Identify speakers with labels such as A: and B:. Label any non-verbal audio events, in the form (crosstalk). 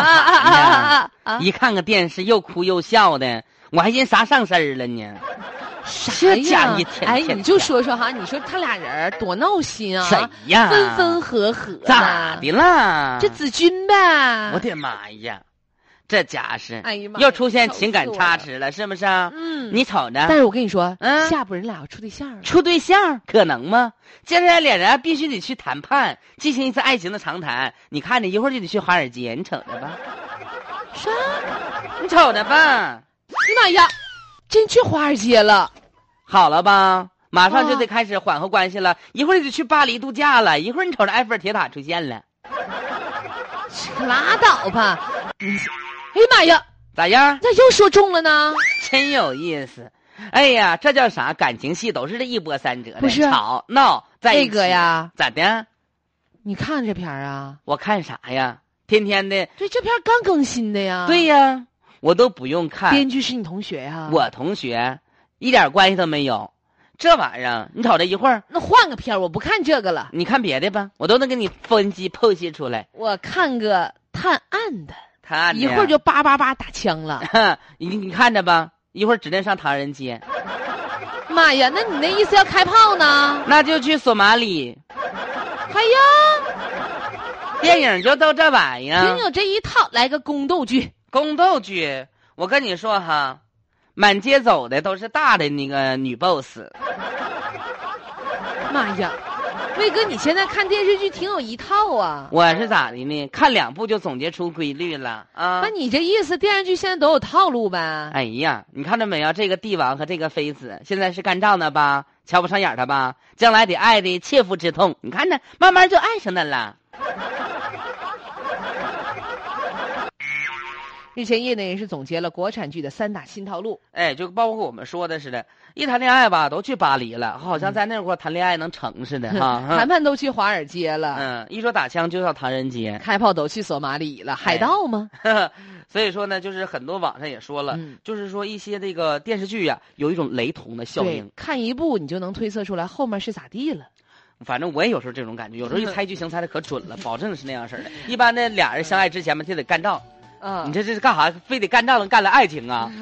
A: (laughs)
B: 哎啥
A: 啊
B: 呢？一看个电视又哭又笑的，我还寻啥上身儿了呢？
A: 啥
B: 这家
A: 呀
B: 一？天
A: 哎，
B: 天
A: 你就
B: 天
A: 说说哈，你说他俩人儿多闹心啊，
B: 谁呀？
A: 分分合合的
B: 咋的？啦？
A: 这子君呗，
B: 我的妈呀，这家是
A: 哎呀妈呀
B: 又出现情
A: 愁
B: 感
A: 死我
B: 差
A: 了
B: 池了，是不是啊？
A: 嗯，
B: 你瞅着，
A: 但是我跟你说，
B: 嗯
A: 下边人俩要处对象了，
B: 处对象可能吗？接下来俩人必须得去谈判，进行一次爱情的长谈。你看着一会儿就得去华尔街，你瞅着吧，
A: 啥？
B: 你瞅着吧，
A: 哎呀妈呀，真去华尔街了，
B: 好了吧？马上就
A: 啊
B: 得开始缓和关系了，一会儿就得去巴黎度假了，一会儿你瞅着埃菲尔铁塔出现了，
A: 可拉倒吧！你哎呀妈呀，
B: 咋样？
A: 咋又说中了呢？
B: 真有意思。哎呀，这叫啥？感情戏都是这一波三折的，
A: 不是
B: 吵闹在一
A: 那
B: 起
A: 个？呀，
B: 咋的？
A: 你看这片儿啊，
B: 我看啥呀？天天的，
A: 对，这片儿刚更新的呀，
B: 对呀，我都不用看。
A: 编剧是你同学啊呀、
B: 我同学一点关系都没有。这玩意儿，你瞅这一会儿，
A: 那换个片儿，我不看这个了，
B: 你看别的吧，我都能给你分析剖析出来。
A: 我看个探案的，
B: 他
A: 一会儿就叭叭叭打枪 (laughs) 了。
B: (laughs) 你你看着吧，一会儿指定上唐人街，
A: 妈呀，那你那意思要开炮呢？
B: 那就去索马里。
A: 哎呀，
B: 电影就都这玩意
A: 仅
B: 儿，
A: 有这一套，来个宫斗剧，
B: 宫斗剧。我跟你说哈，满街走的都是大的那个女 boss，
A: 妈呀！魏哥，你现在看电视剧挺有一套啊。
B: 我是咋的呢？看两部就总结出规律了啊
A: 那！你这意思，电视剧现在都有套路呗？
B: 哎呀，你看着没有？这个帝王和这个妃子现在是干仗呢吧？瞧不上眼儿他吧？将来得爱的切肤之痛。你看呢，慢慢就爱上他了。
A: 日前业内人士总结了国产剧的三大新套路。
B: 哎，就包括我们说的似的，一谈恋爱吧，都去巴黎了，好像在那块儿谈恋爱能成似的
A: (laughs)
B: 哈
A: 谈。判都去华尔街了，
B: 嗯，一说打枪就到唐人街，
A: 开炮都去索马里了，海盗吗？
B: 所以说呢，就是很多网上也说了，
A: 嗯，
B: 就是说一些这个电视剧呀、有一种雷同的效
A: 对
B: 应。，
A: 看一部你就能推测出来后面是咋地了。
B: 反正我也有时候这种感觉，有时候一猜剧情猜的可准了，保证是那样式儿的。一般的俩人相爱之前吧，就得干仗。
A: 啊
B: 你这这是干啥？非得干仗能干了爱情啊？